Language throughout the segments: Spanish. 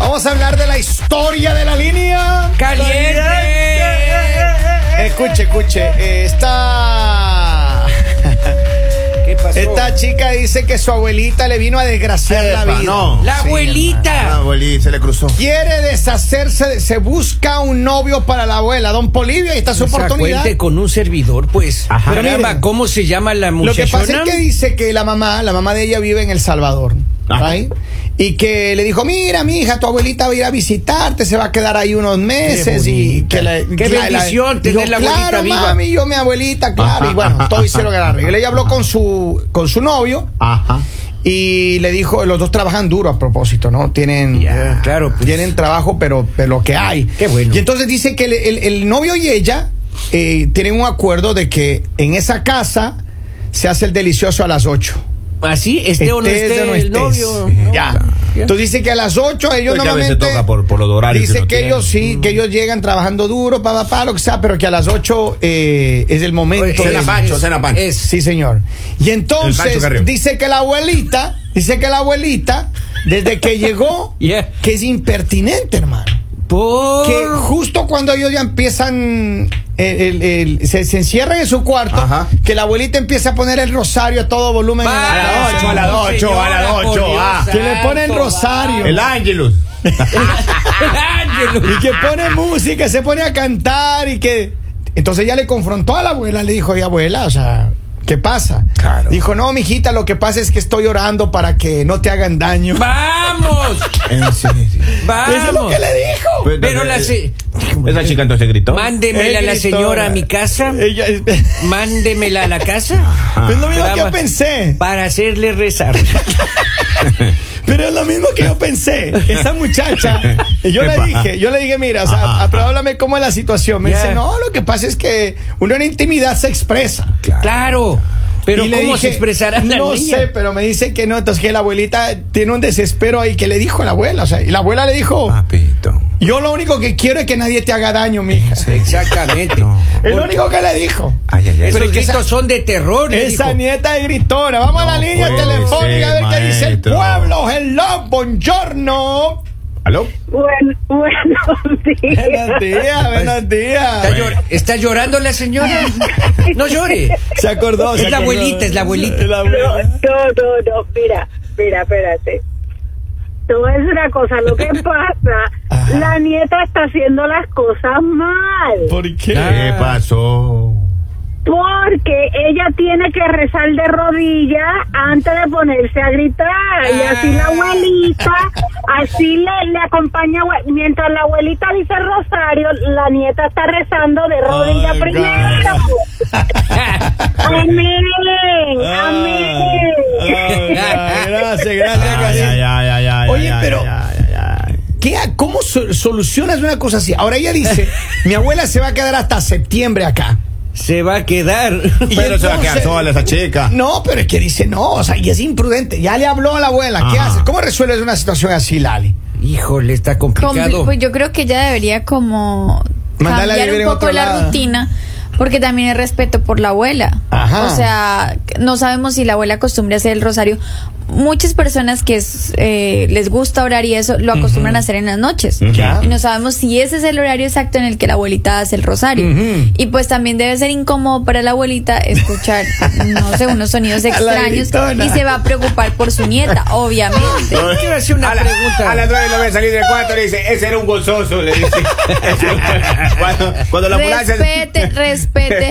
a hablar de la historia de la línea. ¡Caliente! Escuche, escuche. eh, Esta. ¿Qué pasó? Esta chica dice que su abuelita le vino a desgraciar la Epa, vida. no. La Sí, abuelita. La Ah, abuelita se le cruzó. Quiere deshacerse, de- se busca un novio para la abuela, don Polivio, ahí está su O sea, oportunidad. cuente con un servidor, pues. Ajá. Pero Mire. caramba, ¿cómo se llama la Lo que muchachona? pasa es que dice que la mamá, la mamá de ella vive en El Salvador, Ah. Ajá. ¿right? Y que le dijo, mira, mi hija, tu abuelita va a ir a visitarte, se va a quedar ahí unos meses y bonita. que la, Qué que la- Dijo, bendición tener la abuelita claro, viva". mami, yo mi abuelita, claro. Ajá, y bueno, ajá, todo hicieron ajá, agarrar. Y ella habló con su, con su novio Ajá. y le dijo, los dos trabajan duro a propósito, ¿no? Tienen, Ya, eh, claro, pues. tienen trabajo, pero, pero lo que hay. Qué bueno. Y entonces dice que el, el- el novio y ella eh, tienen un acuerdo de que en esa casa se hace el delicioso a las 8. Así, esté, o no Estés esté, o no el estés. novio. Ya. ¿no? Entonces dice que a las 8 ellos Pues ya a veces normalmente toca por- por los horarios que Dice que, uno tiene. ellos sí, que ellos llegan trabajando duro, pa, pa, pa, lo que sea, pero que a las 8 eh, es el momento. Oye, de- Cena Pancho, cena Pancho. Pues, Es, Sí, señor. Y Pancho entonces Carrión. dice que la abuelita, dice que la abuelita, desde que llegó, Yeah. que es impertinente, hermano. Por... Que Oh. justo cuando ellos ya empiezan, el- el- el- se, se encierran en su cuarto, Ajá. que la abuelita empieza a poner el rosario a todo volumen. en la Vaya, A las casa. ocho, a las ocho, señora, a las por ocho, Dios ah. Que le pone el santo, rosario. El Ángelus. vaya. Ángelo. Y que pone música, se pone a cantar y que... Entonces ya le confrontó a la abuela, le dijo, y abuela, o sea, ¿qué pasa? Claro. Dijo, no, mijita, lo que pasa es que estoy orando para que no te hagan daño. ¡Vamos! Eh, En serio. Ah, Eso es lo ¡Vamos! que le dijo. Pues, Pero la eh, se- Esa chica entonces gritó. Mándemela a la señora a mi casa. Ella- Mándemela a la casa es lo mismo que yo Brava. pensé. para hacerle rezar. Pero es lo mismo que yo pensé. Esa muchacha, y yo le Epa. dije, yo le dije, mira, o Ajá, sea, ajá. pero háblame cómo es la situación. Me Ya. dice, no, lo que pasa es que uno en intimidad se expresa. Claro. Pero Y le ¿cómo dije, se expresará la No niña? sé, pero me dice que no. Entonces que la abuelita tiene un desespero ahí que le dijo la abuela. O sea, y la abuela le dijo, Ah. Papito. yo lo único que quiero es que nadie te haga daño, mija. Exactamente. No. Es lo único que le dijo. Ay, ay, ay. Esos Pero que esa- gritos son de terror. le Esa dijo. nieta es gritona. Vamos a la No línea puede telefónica a ver ser, qué dice el maestro. pueblo. Hello, buongiorno. ¿Aló? Bueno, buenos Buenos días. días, buenos ¿Está, días. llor- está llorando la señora? No llore. Se acordó. Es se la acordó. abuelita, es la abuelita. Es la No, abuela. no, no, no, mira, mira, espérate. No es una cosa, lo que pasa, Ajá. la nieta está haciendo las cosas mal, ¿Por qué? ¿Qué pasó? porque ella tiene que rezar de rodillas antes de ponerse a gritar, y así Ah. la abuelita, así le, le acompaña, abue- mientras la abuelita dice el rosario, la nieta está rezando de rodillas Ay, primero. Amén, amén. Ah, gracias, gracias, Ay, Karim. ay, ay, ay, ay, Oye, ay, pero- ay, ay, ay. ¿Qué, ¿Cómo so- solucionas una cosa así? Ahora ella dice, mi abuela se va a quedar hasta septiembre acá. Se va a quedar. Y Pero se va a quedar entonces- sola esa chica. No, pero es que dice, no, o sea, y es imprudente. Ya le habló a la abuela, ¿qué Ajá. haces? ¿Cómo resuelves una situación así, Lali? Híjole, está Compli- complicado. Pues yo creo que ella debería como Mandarla a cambiar vivir un en poco otro la lado. rutina, porque también es respeto por la abuela. Ajá. O sea, no sabemos si la abuela acostumbra a hacer el rosario. Muchas personas que es, eh, les gusta orar y eso lo acostumbran a hacer en las noches. Ya. Y no sabemos si ese es el horario exacto en el que la abuelita hace el rosario. Ujú. Y pues también debe ser incómodo para la abuelita escuchar, no sé, unos sonidos La extraños gritona. y se va a preocupar por su nieta, obviamente. Yo quiero hacer una a la, pregunta. A las nueve lo ve salir del cuarto le dice, ese era un gozoso, le dice. cuando, cuando la ambulancia... Respete, respete,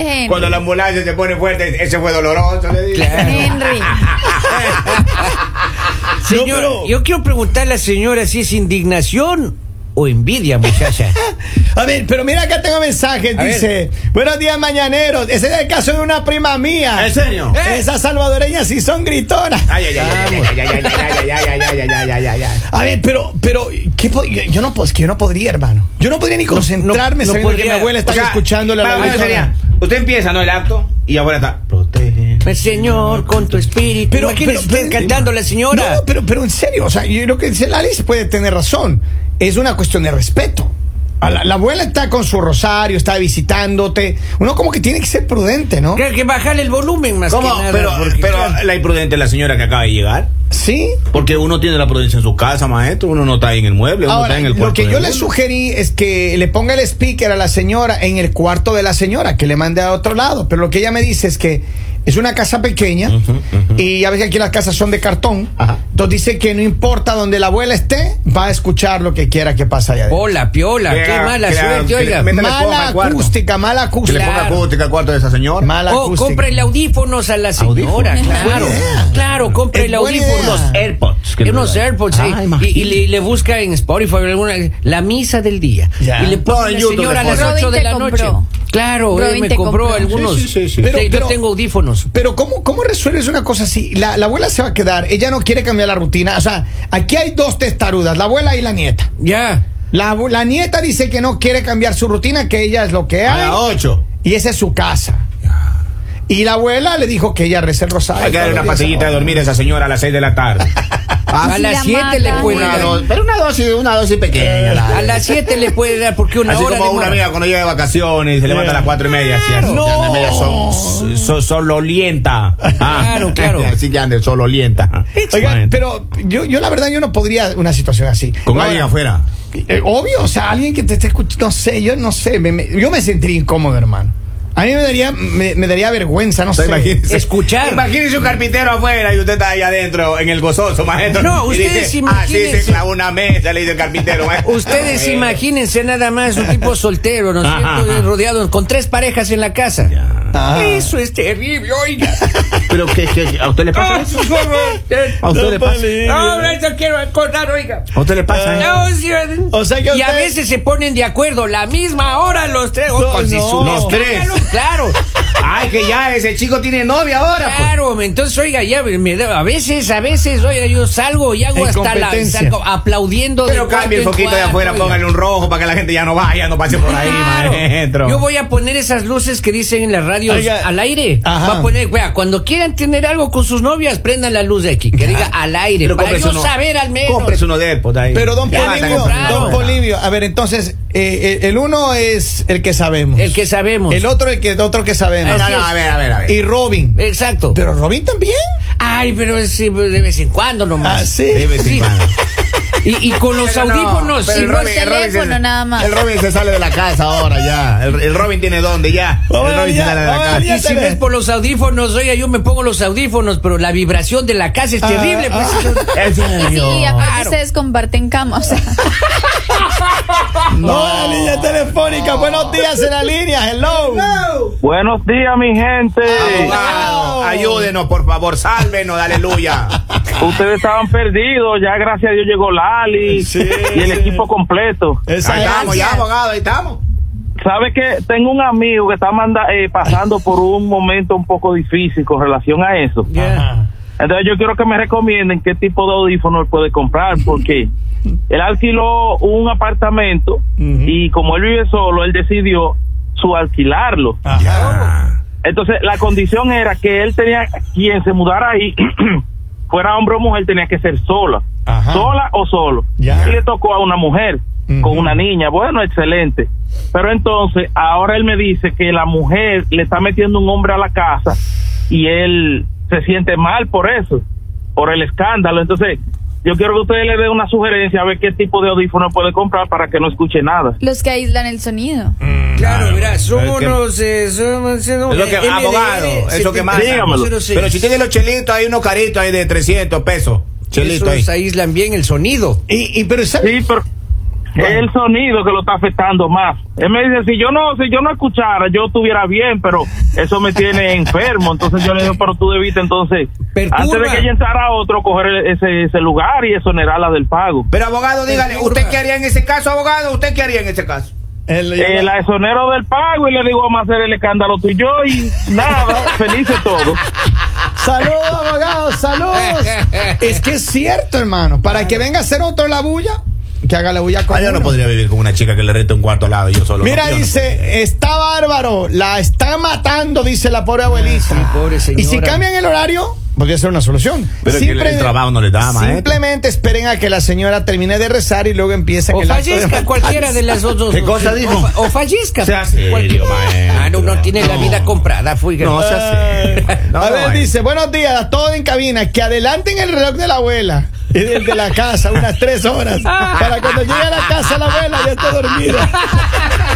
Henry. Cuando la ambulancia se pone fuerte, dice, ese fue doloroso, le dice. Claro. Henry. Señor, No, pero- yo quiero preguntarle a la señora si es indignación o envidia, muchacha. A ver, pero mira acá tengo mensajes, A dice, buenos días mañaneros, ese es el caso de una prima mía. ¿En serio? ¿Eh? Esas salvadoreñas sí son gritonas. Ay, ay, ay, ay, ay, ay, ay, ay, ay, ay, ay, ay, ay, ay, ay, ay. A ver, pero, pero, ¿qué po- yo, yo no, pues, que yo no podría, hermano. Yo no podría ni concentrarme no sabiendo que mi podría. abuela está O sea, escuchándole a la más o menos abuela. sería, Usted empieza, ¿no? El acto y la abuela está. Protege. Pues, Señor, con tu espíritu. Pero, Pero, Imagínese pero- usted pero- cantando a la señora. No, pero, pero en serio, o sea, yo creo que dice Lalis puede tener razón. Es una cuestión de respeto. a la, la abuela está con su rosario, está visitándote. Uno como que tiene que ser prudente, ¿no? Que, que bajarle el volumen más ¿Cómo? que nada. pero porque, pero claro, la imprudente es la señora que acaba de llegar. Sí. Porque uno tiene la prudencia en su casa, maestro. Uno no está ahí en el mueble, uno Ahora, está en el cuarto. lo que de yo le uno. sugerí es que le ponga el speaker a la señora en el cuarto de la señora, que le mande a otro lado. Pero lo que ella me dice es que es una casa pequeña Ujú, ujú. y a veces aquí las casas son de cartón. Ajá. Entonces dice que no importa donde la abuela esté, va a escuchar lo que quiera que pasa allá. adentro. Pola, piola, Que qué haga- mala que haga- suerte, que le oiga. meta- Métale Mala foja al cuarto. acústica, mala Que le acústica. ponga Claro. acústica al cuarto de esa señora. Mala O acústica. cómprele Oh, audífonos a la señora, Audífonos. claro. Buena idea. Claro, cómprele Es buena idea. audífonos. Unos AirPods que En le unos regalen. AirPods, sí. Ah, Y- y, imagínate. le, le busca en Spotify o alguna, la misa del día. Ya. Y le No, pone en la YouTube señora a le las ponen. 8 de la Robin noche. te compró. Claro, él Robin me te compró compró. algunos. Sí, sí, sí, sí. Pero- Sí, pero- yo tengo audífonos. Pero ¿cómo, ¿cómo resuelves una cosa así? La, la abuela se va a quedar, ella no quiere cambiar la rutina. O sea, aquí hay dos testarudas, la abuela y la nieta. Ya. La, abu- la nieta dice que no quiere cambiar su rutina, que ella es lo que A las hay. 8. Y esa es su casa. Y la abuela le dijo que ella reza el rosario. Hay que darle todos una los días. pastillita de dormir a esa señora a las 6 de la tarde. A las sí la 7 le matan. puede Una dar. pero una dosis, una dosis pequeña. Eh, A las 7 le puede dar porque una Así hora. como una demora. amiga cuando llega de vacaciones y se levanta a las cuatro y media. Así, así Claro. que anda media sol- sol- sololienta. Ah. Claro, claro. Así que ande sololienta. Oiga, pero yo, yo la verdad yo no podría una situación así. Con Ahora, alguien afuera. eh, obvio, o sea, alguien que te esté escuchando, no sé, yo no sé, me- me- yo me sentiría incómodo, hermano. A mí me daría, me, me daría vergüenza, no O sea, sé. imagínese- Escuchar. Imagínese un carpintero afuera y usted está ahí adentro en el gozoso, maestro. No, Y ustedes dice, imagínense. Así se clavó una mesa, le dice el carpintero, maestro. Ustedes Eh, imagínense nada más un tipo soltero, ¿no es Ajá, cierto? ajá. Rodeado con tres parejas en la casa. Ya. Ah. Eso es terrible, oiga. Pero que, que- a usted le Ah, pasa eso. A ¿cómo? usted le pasa. Ahora eso quiero acordar, oiga. A usted le pasa. eh? No, sí, O sea que y a usted- veces se ponen de acuerdo la misma hora los tres. Oh, No, pues, si no. su- Los tres. Claro, Ay, que ya ese chico tiene novia ahora. pues. claro. Entonces, oiga, ya me da- a veces, a veces, oiga, yo salgo y hago En hasta la competencia. salgo aplaudiendo. de Pero cambie el cuarto en foquito de cuarto, afuera, oiga. póngale un rojo para que la gente ya no vaya, no pase por ahí, Claro. maestro. Yo voy a poner esas luces que dicen en las radios Oiga. al aire. Ajá. Va a poner, vea, cuando quieran tener algo con sus novias, prendan la luz de aquí, que diga al aire, Pero para cómprese yo uno- saber al menos. Cómprese uno de estos ahí. Pero don Ya, tan Polivio, comprado. don Polivio, a ver, entonces, eh, eh, el uno es el que sabemos. El que sabemos. El otro, el que, otro que sabemos. No, no, no, a ver, a ver, a ver. Y Robin. Exacto. Pero Robin también. Ay, pero es sí, pues, de vez en cuando nomás. Ah, sí. De vez en Sí. cuando. Y, y con los Pero no, audífonos, pero sí, el no, Robin- el el Robin teléfono se- nada más. El Robin se sale de la casa ahora ya. El, el Robin tiene dónde ya. El Vamos, Robin se ya, sale de la vamos, casa. ya. Y si ves por los audífonos, oiga, yo me pongo los audífonos, pero la vibración de la casa es Ah, terrible. pues, ah. eso- ¿En serio? Sí, aparte Claro. ustedes comparten cama, o sea. No, la línea telefónica. Buenos días en la línea. Hello. Buenos días, mi gente. Ah. Abogado, Ayúdenos, por favor, sálvenos, aleluya. Ustedes estaban perdidos, ya gracias a Dios llegó Lali Sí. y el equipo completo. Esa Ahí estamos, es. ya, abogado, ahí estamos. ¿Sabe que tengo un amigo que está manda- eh, pasando por un momento un poco difícil con relación a eso? Ya. Entonces yo quiero que me recomienden qué tipo de audífono él puede comprar, porque él alquiló un apartamento y como él vive solo, él decidió su alquilarlo. Ah. Ya. Entonces, la condición era que él tenía, quien se mudara ahí, fuera hombre o mujer, tenía que ser sola. Ajá. Sola o solo. Ya. Y le tocó a una mujer, con Ujú. una niña. Bueno, excelente. Pero entonces, ahora él me dice que la mujer le está metiendo un hombre a la casa y él se siente mal por eso, por el escándalo. Entonces, yo quiero que ustedes le den una sugerencia a ver qué tipo de audífono puede comprar para que no escuche nada. Los que aíslan el sonido. Claro, verás, Es somos que- unos. eh, somos, eh, no, Es lo que, LDR, abogado, es lo que mata. 70, Pero si tiene los chelitos, hay unos caritos ahí de 300 pesos. Chelito ahí. Esos aíslan bien el sonido. Y, y pero ¿sabe? Sí, pero es el sonido que lo está afectando más. Él me dice, si yo no, si yo no escuchara, yo estuviera bien, pero eso me tiene enfermo. Entonces yo le digo, pero tú debiste entonces, Perturba. antes de que ella entrara a otro, coger el- ese, ese lugar y exonerarla del pago. Pero abogado, dígale, Seguro. ¿usted qué haría en ese caso, abogado? ¿Usted qué haría en ese caso? El- Eh, la exonero del pago y le digo, vamos a hacer el escándalo tú y yo y nada, felices todos. Saludos, abogado. Saludos. es que es cierto, hermano. Para que venga a hacer otro la bulla, que haga la bulla con Ah, yo no uno. podría vivir con una chica que le rente un cuarto al lado y yo solo. Mira, no, yo no. dice, está bárbaro, la está matando, dice la pobre abuelita. sí, Ah. pobre Y si señora. cambian el horario, podría ser una solución. Pero es que el- el trabajo no le da, maestro. Simplemente esperen a que la señora termine de rezar y luego empieza O el acto de- fallezca cualquiera de las dos. dos- ¿Qué cosa dijo? O, fa- o fallezca. Sea serio, Cualquier- maestro. Ah, no, no tiene la vida comprada, fuiga. No, se hace. a No, no, ver, eh. maestro. dice, buenos días a todos en cabina, que adelanten el reloj de la abuela y del de la casa unas tres horas para cuando llegue a la casa la abuela ya está dormida.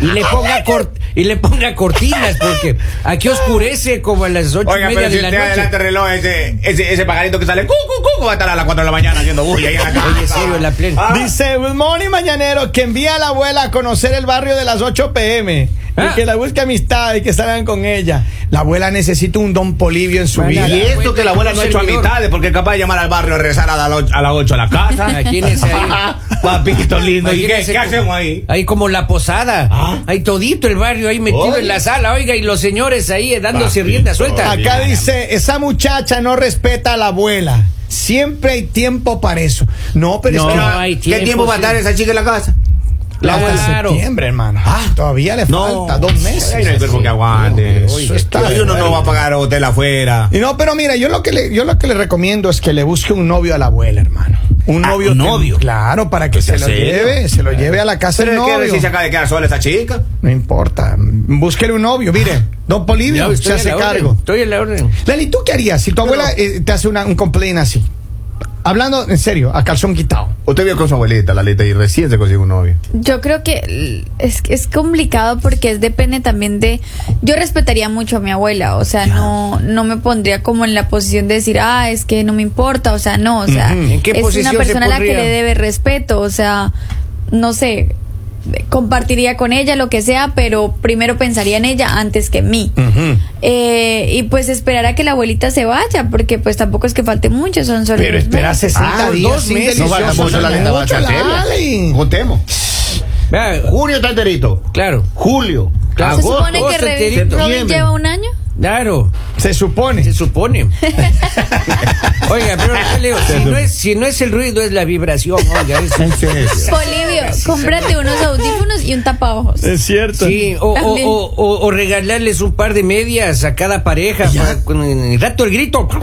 Y le ponga cort- y le ponga cortinas, porque aquí oscurece como a las ocho y Oiga, media pero si de usted la noche. adelanta el reloj, ese, ese, ese pajarito que sale cu, cu, cu, cu, va a estar a las 4 de la mañana haciendo bulla ahí en la casa. Oye, serio, la plena. Ah. Dice, good morning mañanero, que envía a la abuela a conocer el barrio de las 8 pm. Ah. Y que la busque amistad y que salgan con ella. La abuela necesita un don Polivio en su Bueno, vida. Y esto que la abuela no ha hecho amistades, porque es capaz de llamar al barrio a rezar a las 8 a, las ocho a la casa. Imagínese Ah, ahí. Papito lindo, ¿y qué, Imagínese qué como- hacemos ahí? Ahí como la posada. Ah. Ahí todito el barrio ahí metido Oye. en la sala, oiga, y los señores ahí dándose Papito. rienda suelta. Acá dice, esa muchacha no respeta a la abuela. Siempre hay tiempo para eso. No, pero No, es que hay ¿Qué tiempo tiempo, va a estar sí. esa chica en la casa? hasta Claro. septiembre, hermano. todavía le Ah. No. falta dos meses. Ay, no hay cuerpo que aguante. Eso está Oye, uno de no va a pagar hotel afuera. Y no, pero mira, yo lo que le, yo lo que le recomiendo es que le busque un novio a la abuela, hermano. Un Ah, novio. un que- novio. Claro, para que Pues, se ¿en lo serio? lleve, se lo lleve a la casa Pero del es que novio. recién se acaba de quedar sola esa chica. No importa. Búsquele un novio. Mire, don Ya, Polivio estoy se en hace la cargo. orden, Estoy en la orden. Lali, ¿tú qué harías si tu abuela eh, te hace una- un complaint así? Hablando en serio, a calzón quitado. Usted vio con su abuelita, la lita, y recién se consiguió un novio. Yo creo que l- es, es complicado porque es, depende también de... Yo respetaría mucho a mi abuela, o sea, no, no me pondría como en la posición de decir, ah, es que no me importa, o sea, no, o sea, Ujú. ¿En qué es posición una se persona a la que pondría? le debe respeto, o sea, no sé, compartiría con ella lo que sea, pero primero pensaría en ella antes que en mí. Eh, y pues esperar a que la abuelita se vaya, porque pues tampoco es que falte mucho, son solo... Pero unos espera meses. 60 Ah, días. dos sin meses. No falta delicioso. mucho, la lita va a Mucho, estar Lali. tela. Contemos. Vea, Junio está enterito. Claro, Julio. Claro. Se Agosto, supone que agosto, Robin- enterito. Robin Septiembre. lleva un año. claro. Se supone. Se supone. oiga, pero ¿qué le digo? si no, es, si no es el ruido, es la vibración. Oiga, es- Ah, Polivio, cómprate unos audífonos y un tapaojos. Es cierto. Sí, o, o, También. o- o- o regalarles un par de medias a cada pareja para- con el rato el grito.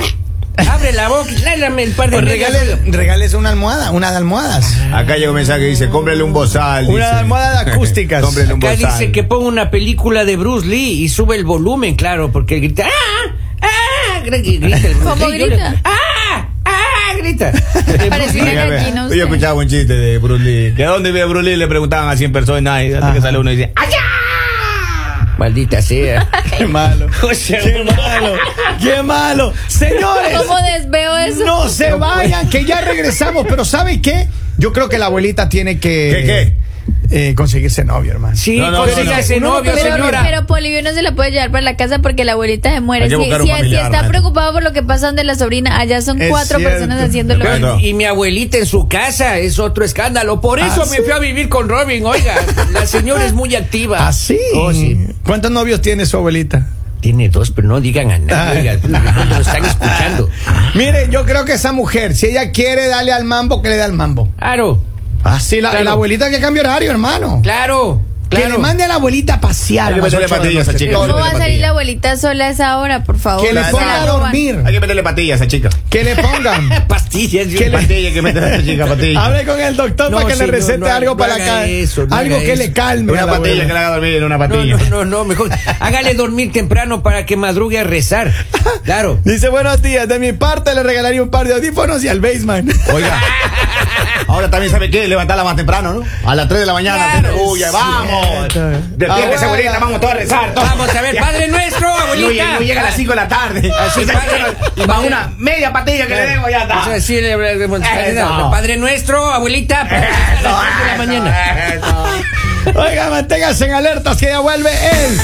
Abre la boca, lárame el par de O medias. regale- regales una almohada, una de almohadas. Acá llega un mensaje que dice, cómprele un bozal. Una dice. almohada de acústicas. cómprele un Acá bozal. dice que ponga una película de Bruce Lee y sube el volumen, claro, porque grita. ¡Ah! ¡Ah! Gr- gr- Grita el Bruce ¿Cómo Lee, yo le- grita? ¡Ah! ¡Ah! Grita. De Bruce Parece Lee. una Oiga, vea, gallina. yo usted. escuchaba un chiste de Bruce Lee. ¿De dónde vive Bruce Lee? Le preguntaban a 100 personas y hasta que sale uno y dice, ¡Allá! Maldita sea. Qué malo. Qué malo. Qué malo. Señores. ¿Cómo desveo eso? No se vayan, que ya regresamos. Pero ¿sabe qué? Yo creo que la abuelita tiene que eh, consiguiese novio, hermano. Sí, No, no, no, consígase no. novio, pero, señora. pero Polivio no se la puede llevar para la casa porque la abuelita se muere. Hay que Si, buscar un si- si familiar, está maestro. preocupado por lo que pasa donde la sobrina, allá son Es cuatro cierto. personas haciendo lo Claro. mismo. Y mi abuelita en su casa es otro escándalo. Por eso Ah, me ¿sí? fui a vivir con Robin. Oiga, la señora es muy activa. Así. Oh, sí. ¿Ah, ¿Cuántos novios tiene su abuelita? Tiene dos, pero no digan a Ah. nadie. Oiga, lo están escuchando. Mire, yo creo que esa mujer, si ella quiere darle al mambo, que le da al mambo. Claro, Así, la, Claro. la abuelita que cambia horario, hermano. claro, Que claro. le mande a la abuelita a pasear. Hay que a las meterle ocho de la patillas noche. a esa chica. ¿Cómo Pero va a la salir patilla. la abuelita sola a esa hora, por favor? Que le Se la ponga a roban. dormir. Hay que meterle patilla a esa chica. Que le pongan. pastillas. yo- ¿Qué le- Patilla, hay que meterle a esa chica, patilla. Hable con el doctor No, para que sí, le no, recete no haga- algo no para haga acá. eso, no algo haga que eso. le calme. a Una la patilla abuela. que la haga dormir en una No, patilla. no, no, no, mejor hágale dormir temprano para que madrugue a rezar. Claro. Dice, buenos días, de mi parte le regalaría un par de audífonos y al basement. Oiga. Ahora también sabe qué, levantarla más temprano, ¿no? A las 3 de la mañana. Claro, hacer bulla, sí. Ah, vamos. Despiértese, Ahora. abuelita, vamos todos a rezar. todos. Vamos a ver, Padre Nuestro, No, llega- abuelita. no llega a las 5 de la tarde. Así, padre. Va una media patilla que le dejo ya está. Eso es decir, eh, eh, Eso. Padre Nuestro, abuelita. Eso, a las seis de la eso, mañana. eso. Oiga, manténgase en alertas que ya vuelve él.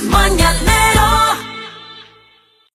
El mañanero